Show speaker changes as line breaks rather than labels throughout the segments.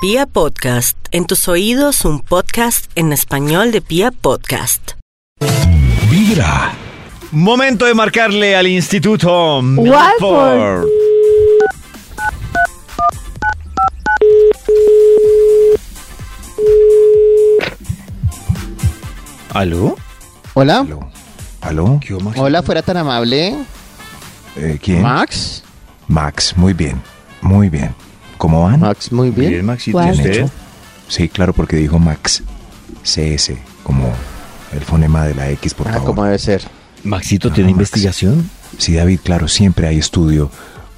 Pia Podcast, en tus oídos un podcast en español de Pia Podcast.
Vibra.
Momento de marcarle al Instituto
Milford.
Milford. ¿Aló?
Hola,
Aló. ¿Aló?
¿Qué hubo, Max?
hola, fuera tan amable.
Eh, ¿Quién?
Max.
Max, muy bien. Muy bien. ¿Cómo van?
Max, muy bien.
Bien, Maxito. ¿Y
¿Cuál?
usted?
Sí, claro, porque dijo Max. CS, como el fonema de la X, por
Ah,
favor.
como debe ser.
¿Maxito
tiene investigación? Sí, David, claro, siempre hay estudio.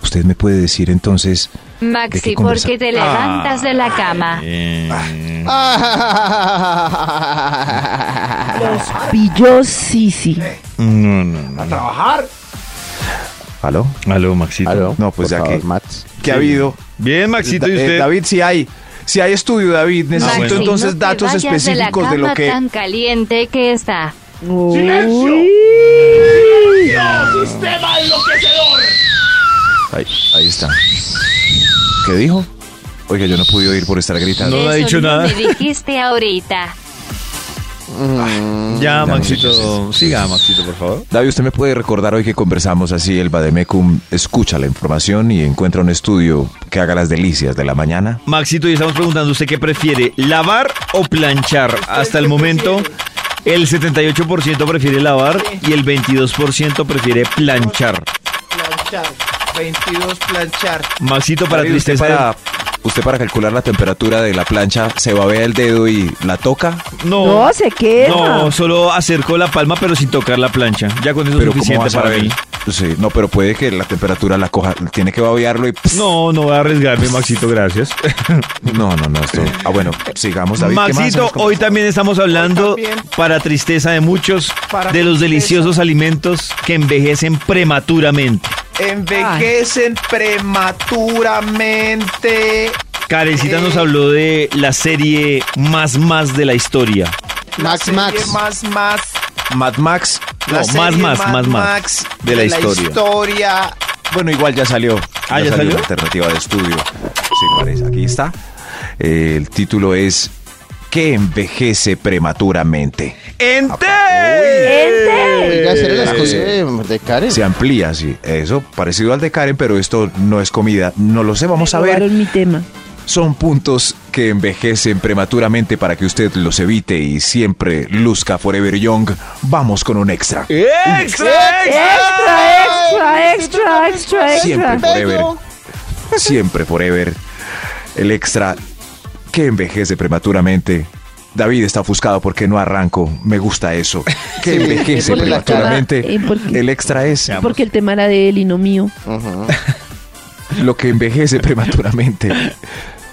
Usted me puede decir entonces. ¿De qué
Maxi,
conversa- Ah,
porque te levantas de la cama.
Ah.
Pilló Sisi.
No, no, no.
¿Aló?
Aló, Maxito.
Aló,
No, pues
por
ya
favor,
que-
Max.
¿Qué ha habido?
Bien, Maxito, ¿y
Eh,
usted?
David, si hay. Si hay estudio, David, necesito
bueno.
entonces
no te
datos
vayas
específicos de,
de,
lo
la cama
que.
tan caliente que está.
Ahí, ahí está. ¿Qué dijo? Oiga, yo no pude oír por estar gritando.
No le ha
Eso
dicho nada.
Me dijiste ahorita.
Ya,
Ya,
Maxito.
muchachos.
Siga, Maxito, por favor.
David, usted me puede recordar hoy que conversamos así, el Bademecum escucha la información y encuentra un estudio que haga las delicias de la mañana.
Maxito, y estamos preguntando, ¿usted qué prefiere, lavar o planchar? Hasta el momento, el 78% prefiere lavar y el 22% prefiere planchar.
planchar. 22 planchar.
Maxito, para
David, usted,
tristeza... de-
para, usted para calcular la temperatura de la plancha, se babea el dedo y la toca,
No,
No, se quema.
no, solo acerco la palma, pero sin tocar la plancha. Ya con eso es
pero ¿cómo va
suficiente
a
para
saber?
mí.
Sí, no, pero puede que la temperatura la coja, tiene que babearlo y... pss.
No, no voy a arriesgarme, Maxito, gracias.
no, no, no, esto... Ah, bueno, sigamos, David. ¿qué más
Eh. Maxito, hoy
hemos conversado?
también estamos hablando,
Hoy también.
para tristeza de muchos,
Para
de los
tristeza.
deliciosos alimentos que envejecen prematuramente.
Envejecen prematuramente.
Carecita
Eh.
nos habló de la serie más más de la historia.
Max,
Serie
Max.
Más, más.
Mad Max.
No,
La
más,
serie
más, más, más. De la historia.
historia.
Bueno, igual ya salió.
Ah, ¿ya salió?
la alternativa de estudio. Sí, parece. Aquí está. Eh, el título es ¿Qué envejece prematuramente?
¡Ente!
Oiga, ese era el estudio
Eh,
de, de Karen.
Se amplía, sí. Eso, parecido al de Karen, pero esto no es comida. No lo sé, vamos a ver.
Robaron mi tema.
Son puntos que envejecen prematuramente para que usted los evite y siempre luzca Forever Young. Vamos con un extra.
¡Extra,
Extra, extra, extra, extra,
Siempre
extra.
forever. Siempre forever. El extra que envejece prematuramente. David está ofuscado porque no arranco. Me gusta eso. Que
Sí,
envejece
ponle la cara.
prematuramente.
Eh, porque-
El extra es
Porque el tema era de él y no mío.
Ujú.
lo que envejece prematuramente.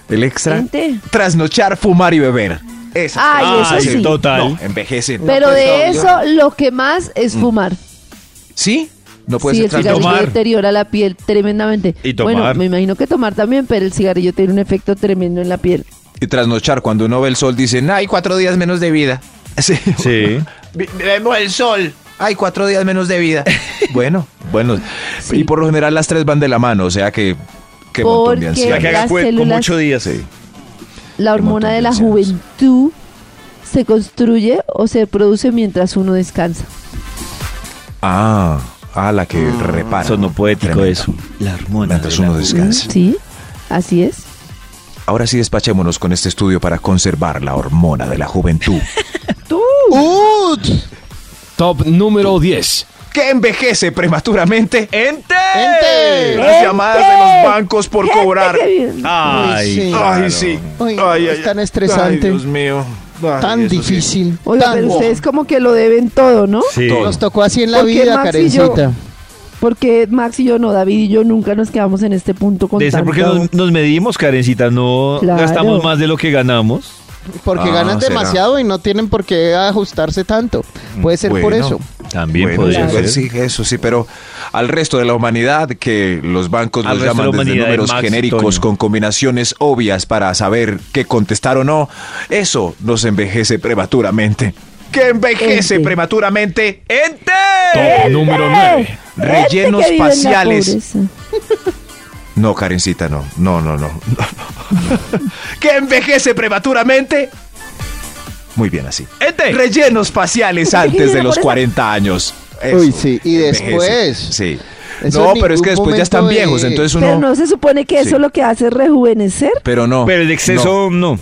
El extra.
Gente.
Trasnochar, fumar y beber. Esas
Ay,
cosas.
eso sí.
total.
No, envejecen.
Pero
pues,
de
obvio.
eso lo que más es fumar.
¿Sí? No puede
Sí, el
ser trasnochar.
cigarrillo
Mm. Pues Tomar.
deteriora la piel tremendamente.
Y tomar.
Bueno, me imagino que tomar también, pero el cigarrillo tiene un efecto tremendo en la piel.
Y trasnochar, cuando uno ve el sol, dicen, hay cuatro días menos de vida. Sí.
Sí.
Vi- Vemos el sol.
Hay cuatro días menos de vida. bueno, bueno. Y por lo general las tres van de la mano, o sea que... que montón de
Porque
ancianos.
Ya que haga
Las
cue- con
células-
ocho días.
La
Qué montón
hormona
de
de la
ancianos.
juventud se construye o se produce mientras uno descansa.
Ah, ah, la que repara.
Eso no poético
Tremendo.
eso. La hormona.
Mientras
de la
uno descansa.
Sí, así es.
Ahora sí despachémonos con este estudio para conservar la hormona de la juventud.
Top número 10.
que envejece prematuramente. ¡Ente!
Gente.
Las llamadas de los bancos por
Gente
cobrar.
que vive-
Ay,
Uy, sí.
Ay, sí.
Ay, no, es tan estresante.
Ay, Dios mío. Ay,
tan
eso sí.
difícil.
Oiga,
tan-
pero ustedes como que lo deben todo, ¿no?
sí.
Nos tocó así en la
Porque
vida,
Max y yo-
Karencita.
Porque Max y yo no, David y yo nunca nos quedamos en este punto con
De ser
tanto...
porque nos, nos medimos, Karencita, no
Claro.
gastamos más de lo que ganamos.
Porque
Ah,
ganan
será.
demasiado y no tienen por qué ajustarse tanto. Puede ser por
Bueno.
eso.
También
Bueno,
podría
sí,
ser.
Sí, eso sí, pero al resto de la humanidad que los bancos
Al
los
resto de la
llaman desde
humanidad,
números
Max y
genéricos
Toño.
con combinaciones obvias para saber qué contestar o no, eso nos envejece prematuramente. ¡Que envejece
Ente.
prematuramente! ¡Ente!
Top número 9.
Gente Este que
Rellenos
vive en la
faciales.
pobreza.
No, Karencita, no. No, no, no. que envejece prematuramente. Muy bien así.
Ente.
Rellenos faciales antes de los 40 años. Eso,
Uy, sí, y después.
Sí.
Eso
no,
en
pero es que
ningún
después ya están
momento de-
viejos, entonces uno.
Pero no se supone que eso
Sí.
lo que hace es rejuvenecer.
Pero no.
Pero el exceso no.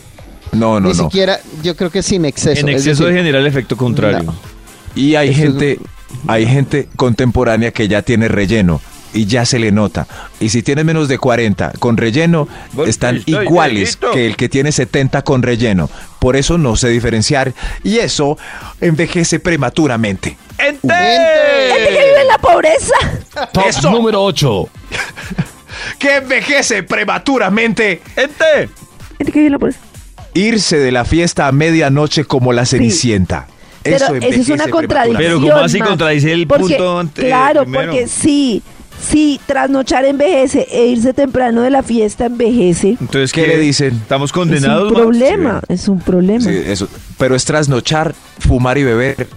No, no,
Ni
no. no.
siquiera, yo creo que sin exceso.
en
es
exceso
decir,
genera el efecto contrario.
No.
Y hay
Eso es-
gente, hay gente contemporánea que ya tiene relleno y ya se le nota. Y si tiene menos de 40 con relleno,
Voy,
están
estoy
iguales
bellito.
que el que tiene 70 con relleno. Por eso no sé diferenciar y eso envejece prematuramente. Uh,
Gente
Eh.
que vive en la pobreza.
Top
Eso.
número 8.
¿Qué envejece prematuramente?
¡Ente!
Gente que vive en la pobreza.
Irse de la fiesta a medianoche como la cenicienta.
Pero eso, es
envejece
una contradicción.
prematuramente.
Pero ¿cómo así
Max?
contradice el
Porque,
punto ante- eh,
Claro,
primero?
porque sí, sí, trasnochar envejece e irse temprano de la fiesta envejece.
Entonces,
¿Qué le dicen?
¿Estamos
Es
condenados?
un
Max?
problema, es un problema.
Sí, eso. Pero es trasnochar, fumar y beber,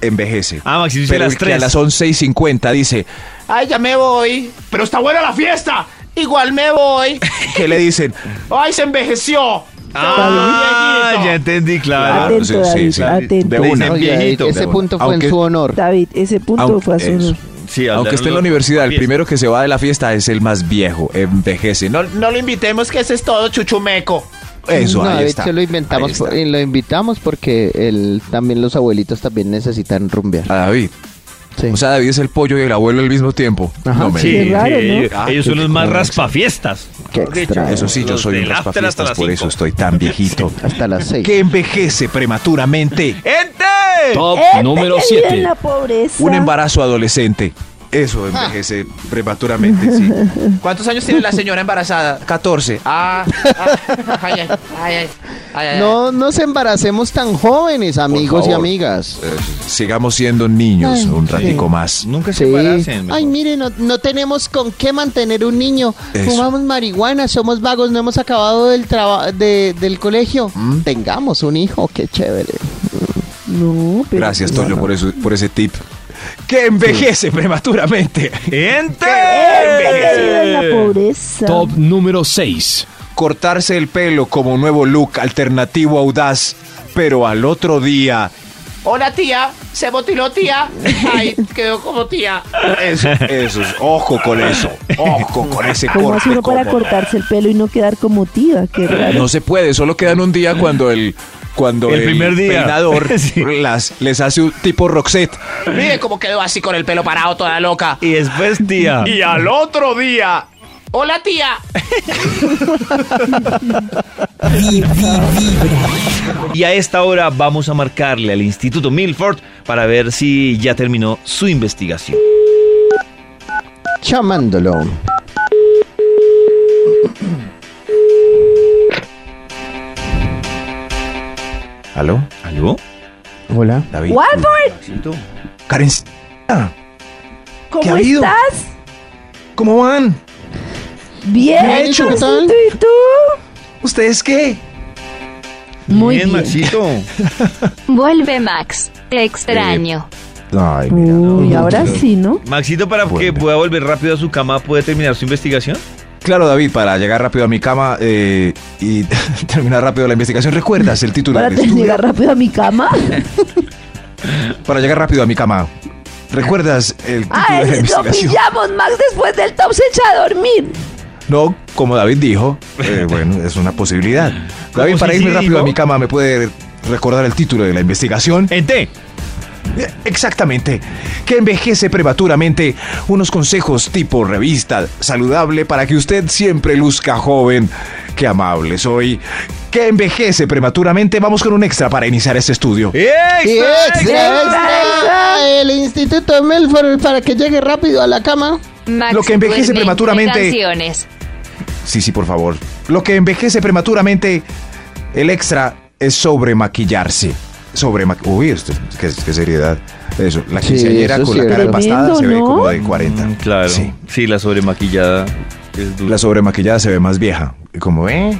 envejece.
Ah, Maxi, dice
Pero
las
el que
tres.
a las 11 y 50 dice,
Ay, ya me voy. Pero está buena la fiesta. Igual me voy.
¿qué le dicen?
Ay, se envejeció.
Ah,
Viejito.
ya entendí, claro.
Claro,
atento,
sí,
David,
sí, sí.
atento.
De una.
Dicen
oiga,
viejito.
ese
Bueno,
punto fue
aunque-
en su honor.
David, ese punto
Aunque-
fue a su
eso.
honor.
Sí, al
Aunque esté en la
darlo-
universidad, el
fiesta.
primero que se va de la fiesta es el más viejo, envejece. No,
No lo invitemos que ese es todo chuchumeco.
eso,
no,
ahí
de
está.
hecho lo
Ahí
inventamos,
está.
por- y lo invitamos porque el, también los abuelitos también necesitan rumbear.
A David.
Sí.
O sea, David es el pollo y el abuelo al mismo tiempo.
Ajá.
No me
Sí,
Qué
sí,
raro, ¿no?
ellos, ellos son los más
cosa.
raspafiestas.
Qué
Mejor dicho,
extraño.
Eso sí, yo
los
soy un
del after hasta
raspafiestas,
las
por eso
cinco.
estoy tan viejito.
Hasta las seis.
Que envejece prematuramente.
¡Ente!
Top
Gente
número
Este que vive en
7.
la pobreza.
Un embarazo adolescente. Eso envejece prematuramente, sí.
¿Cuántos años tiene la señora embarazada?
14.
Ah, ah, ay, ay, ay, ay, ay, ay.
No nos embaracemos tan jóvenes, amigos y
favor.
amigas.
Eh, sigamos siendo niños
Ay,
un
sí.
ratico más.
Nunca se
Sí.
embaracen. mejor.
Ay, mire, no, no tenemos con qué mantener un niño.
Eso.
Fumamos marihuana, somos vagos, no hemos acabado del traba- de- del colegio.
Mm.
Tengamos un hijo, qué chévere.
No, pero-
Gracias, Toño, por, eso, por ese tip. Que envejece prematuramente.
Gente que vive en la
¡Ente!
pobreza.
Top número 6.
Cortarse el pelo como nuevo look alternativo audaz, pero al otro día.
Hola tía, se botiló tía. Ay, quedó como tía.
Eso, eso, es- ojo con eso. Ojo con ese
¿Cómo hace
corte.
uno Pues para
como-
cortarse el pelo y no quedar como tía? Qué raro.
No se puede, solo quedan un día cuando el. Cuando
El
el,
primer día.
peinador
Sí.
las, les hace un tipo Roxette.
Mire cómo quedó así con el pelo parado, toda loca.
Y después, tía.
Y al otro día. Hola tía.
Y a esta hora vamos a marcarle al Instituto Milford para ver si ya terminó su investigación.
Chamándolo.
¿Aló?
¿Aló?
Hola.
David.
Walford,
Karen. ¿Qué ha
¿cómo
habido?
estás?
¿Cómo van?
Bien,
ha hecho? ¿Qué tal?
Maxito, ¿y tú?
¿Ustedes qué?
Muy bien.
Maxito.
Vuelve Max,
Eh,
te extraño.
Ay, mira.
Uy, ahora sí, ¿no?
Maxito, para que
Vuelve.
pueda volver rápido a su cama, ¿puede terminar su investigación?
Claro, David, para llegar rápido a mi cama eh, y terminar rápido la investigación, ¿recuerdas el título
Para
del estudio?
llegar rápido a mi cama.
Para llegar rápido a mi cama. ¿Recuerdas el título
Ah,
de la
ese lo
investigación?
pillamos, Max, después del top se echa a dormir.
No, como David dijo, eh, bueno, es una posibilidad. David,
si
para irme
sí
rápido
dijo?
a mi cama, ¿me puede recordar el título de la investigación?
¡Ente!
Eh, Exactamente. Que envejece prematuramente. Unos consejos tipo revista saludable para que usted siempre luzca joven. Qué amable soy. Que envejece prematuramente. Vamos con un extra para iniciar este estudio.
¿Eh? ¡Extra!
Extra, extra, El Instituto Melford para que llegue rápido a la cama.
Max
Lo que envejece
duerme entre
prematuramente.
canciones.
Sí, sí, por favor. Lo que envejece prematuramente. El extra es sobre maquillarse. Sobre ma- Uy, esto, qué, qué seriedad. Eso, la
Sí,
quinceañera
eso es
con la cara
cierto.
empastada se ve
Tremendo, ¿no?
como de 40.
Mm, Claro.
Sí.
Sí. la sobremaquillada es dura.
La sobremaquillada se ve más vieja. Y Como, ¿eh?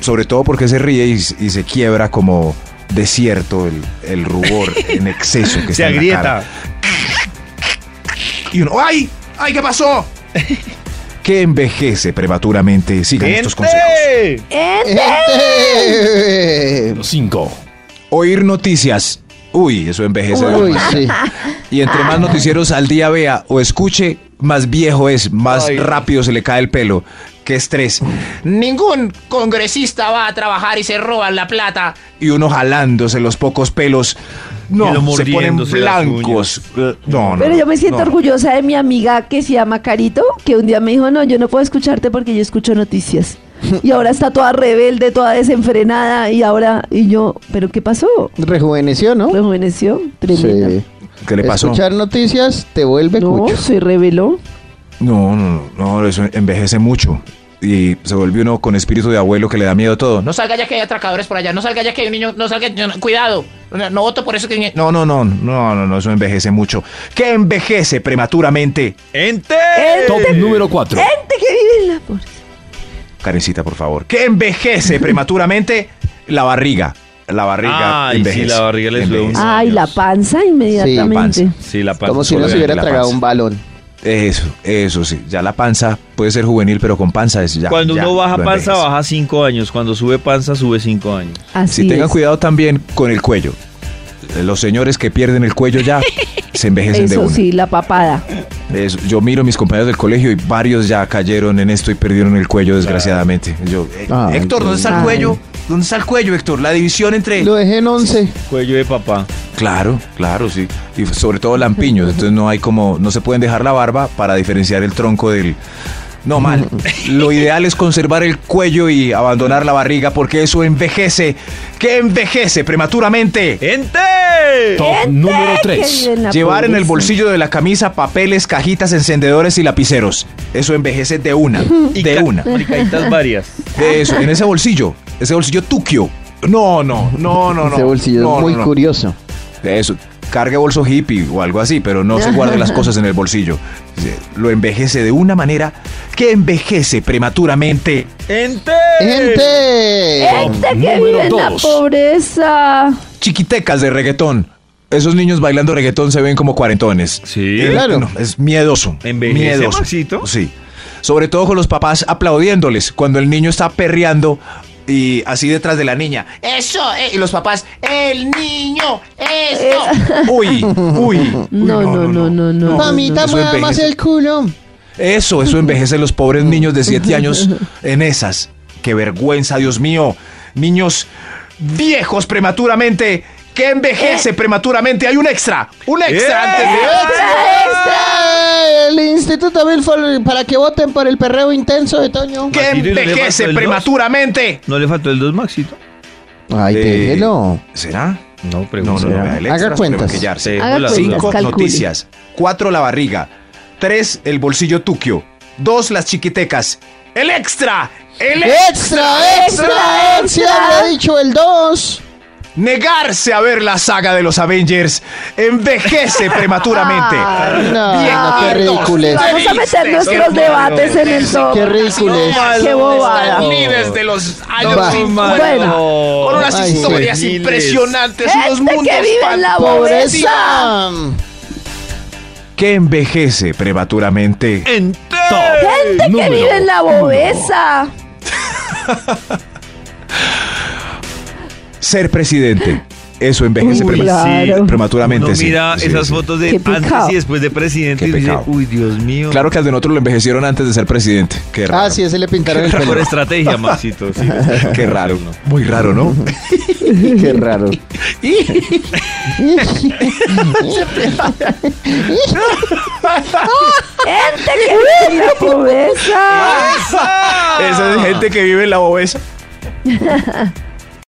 Sobre todo porque se ríe y, s- y se quiebra como desierto el, el rubor en exceso que
Se
está en la
agrieta.
cara. Y uno, ¡ay! ¡Ay, qué pasó! que envejece prematuramente. Sigan estos consejos.
¡Gente!
Este.
Ente.
¡Gente!
5.
Oír noticias. Uy, eso envejece. de
Uy,
una.
sí.
Y entre más noticieros al día vea o escuche, más viejo es, más
Ay.
rápido se le cae el pelo. Qué estrés.
Ningún congresista va a trabajar y se roban la plata.
Y uno jalándose los pocos pelos.
Y lo
No, se ponen
mordiéndose las
blancos. Eh, No, no.
Pero yo me siento
no.
orgullosa de mi amiga que se llama Carito, que un día me dijo, no, yo no puedo escucharte porque yo escucho noticias. Y ahora está toda rebelde, toda desenfrenada, y ahora, y yo, ¿pero qué pasó?
Rejuveneció, ¿no?
Rejuveneció, tremenda.
Sí.
¿Qué le pasó?
Escuchar noticias te vuelve
No,
cucho.
se reveló.
No, no, no, eso envejece mucho. Y se vuelve uno con espíritu de abuelo que le da miedo a todo. No,
No salga ya que hay atracadores por allá. No salga ya que hay un niño. No salga. no, cuidado. No, no voto por eso que.
no, no, no, no, no, no, eso envejece mucho. ¿Qué envejece prematuramente?
¡Ente!
Eh,
Top número 4.
Gente que vive en la pobreza.
Karencita, por favor. ¿Qué envejece prematuramente? La barriga. La barriga
Ay, sí,
envejece.
la barriga le sube un-
Envejece.
Ay, la panza inmediatamente.
panza.
Sí, la panza.
Como si no
solo
se
de
hubiera
la
tragado
panza.
un balón.
Eso, eso sí. Ya la panza puede ser juvenil, pero con panza es ya.
Cuando
ya,
uno baja
lo
panza,
envejece.
baja 5 años. Cuando sube panza, sube 5 años.
Así
Si tengan
es.
cuidado también con el cuello. Los señores que pierden el cuello ya se envejecen de
Eso
una.
sí, la papada.
Es- yo miro a mis compañeros del colegio y varios ya cayeron en esto y perdieron el cuello, desgraciadamente. Yo, eh,
Ah,
Héctor, ¿dónde está el
ay.
cuello? ¿Dónde está el cuello, Héctor? La división entre.
Lo dejé en 11.
Cuello de papá.
Claro, claro, sí. Y sobre todo lampiños. Entonces no hay como. No se pueden dejar la barba para diferenciar el tronco del. No, mal. Lo ideal es conservar el cuello y abandonar la barriga porque eso envejece. ¿Qué envejece prematuramente?
¡Ente!
Top número 3.
Llevar en el bolsillo de la camisa papeles, cajitas, encendedores y lapiceros. Eso envejece de una. De
ca-
una.
Maricaditas varias.
De eso, en ese bolsillo. Ese bolsillo tuquio. No, no, no, no, no.
Ese bolsillo
No,
es muy
no, no.
curioso.
De eso. Cargue bolso hippie o algo así, pero no se guarde las cosas en el bolsillo. Se- Lo envejece de una manera que envejece prematuramente.
¡Ente!
¡Gente!
Gente Este que
Número
vive en la
dos.
pobreza.
Chiquitecas de reggaetón. Esos niños bailando reggaetón se ven como cuarentones.
Sí.
Eh,
Claro.
no, es miedoso.
¿Envejece,
miedoso.
Maxito?
Sí. Sobre todo con los papás aplaudiéndoles cuando el niño está perreando y así detrás de la niña.
Eso. eh, y los papás. El niño. Esto.
Uy, uy. uy,
Eh. No, no, no, no, no.
Mamita,
eso
mueva más
envejece.
el culo.
Eso, eso envejece a los pobres niños de 7 años en esas. ¡Qué vergüenza, Dios mío! Niños viejos prematuramente. que envejece prematuramente? Hay un extra. Un extra antes de-
eh. ¡Extra! El Instituto Milford para que voten por el perreo intenso de Toño.
que
Maxito, ¿y no le pasó
envejece
el dos?
prematuramente.
¿No le faltó el 2, Maxito?
Ay,
Eh,
déjelo.
¿Será?
No,
No, no, no. vea, el
Haga
extra es
cuentas.
rebaquillarse.
Tengo
Haga
la
cuentas.
duda.
Cinco
calcule.
noticias. Cuatro la barriga. Tres el bolsillo tuquio. Dos las chiquitecas. El extra. El
¡Extra, extra,
extra,
extra!
extra.
Había dicho el 2.
Negarse a ver la saga de los Avengers envejece prematuramente.
No,
Bien,
no, qué
bien,
ridículo.
Vamos a meter nuestros debates en el top.
Qué ridículo.
Qué bobada.
Están libres de los años
va.
50. Con unas
Ay, sí.
historias impresionantes. Unos
Gente
mundos
que vive en la pobreza.
¡Pobreza!
Que envejece prematuramente.
Gente que
Número
vive en la pobreza.
Ser presidente. Eso envejece
Uy,
prema-
claro.
prematuramente.
Uno
sí,
mira
sí,
esas
sí.
fotos de
Qué
antes
pecado.
y después de presidente
Qué
y dice,
pecado.
uy, Dios mío.
Claro que al de nosotros lo envejecieron antes de ser presidente. Qué raro.
Ah, sí, se le pintaron el
Por
pelo.
estrategia, Maxito. sí.
Qué raro.
Uno.
Muy raro, ¿no?
Qué raro.
Gente que vive en la pobreza.
Ah.
Esa es gente que vive en la bobesa.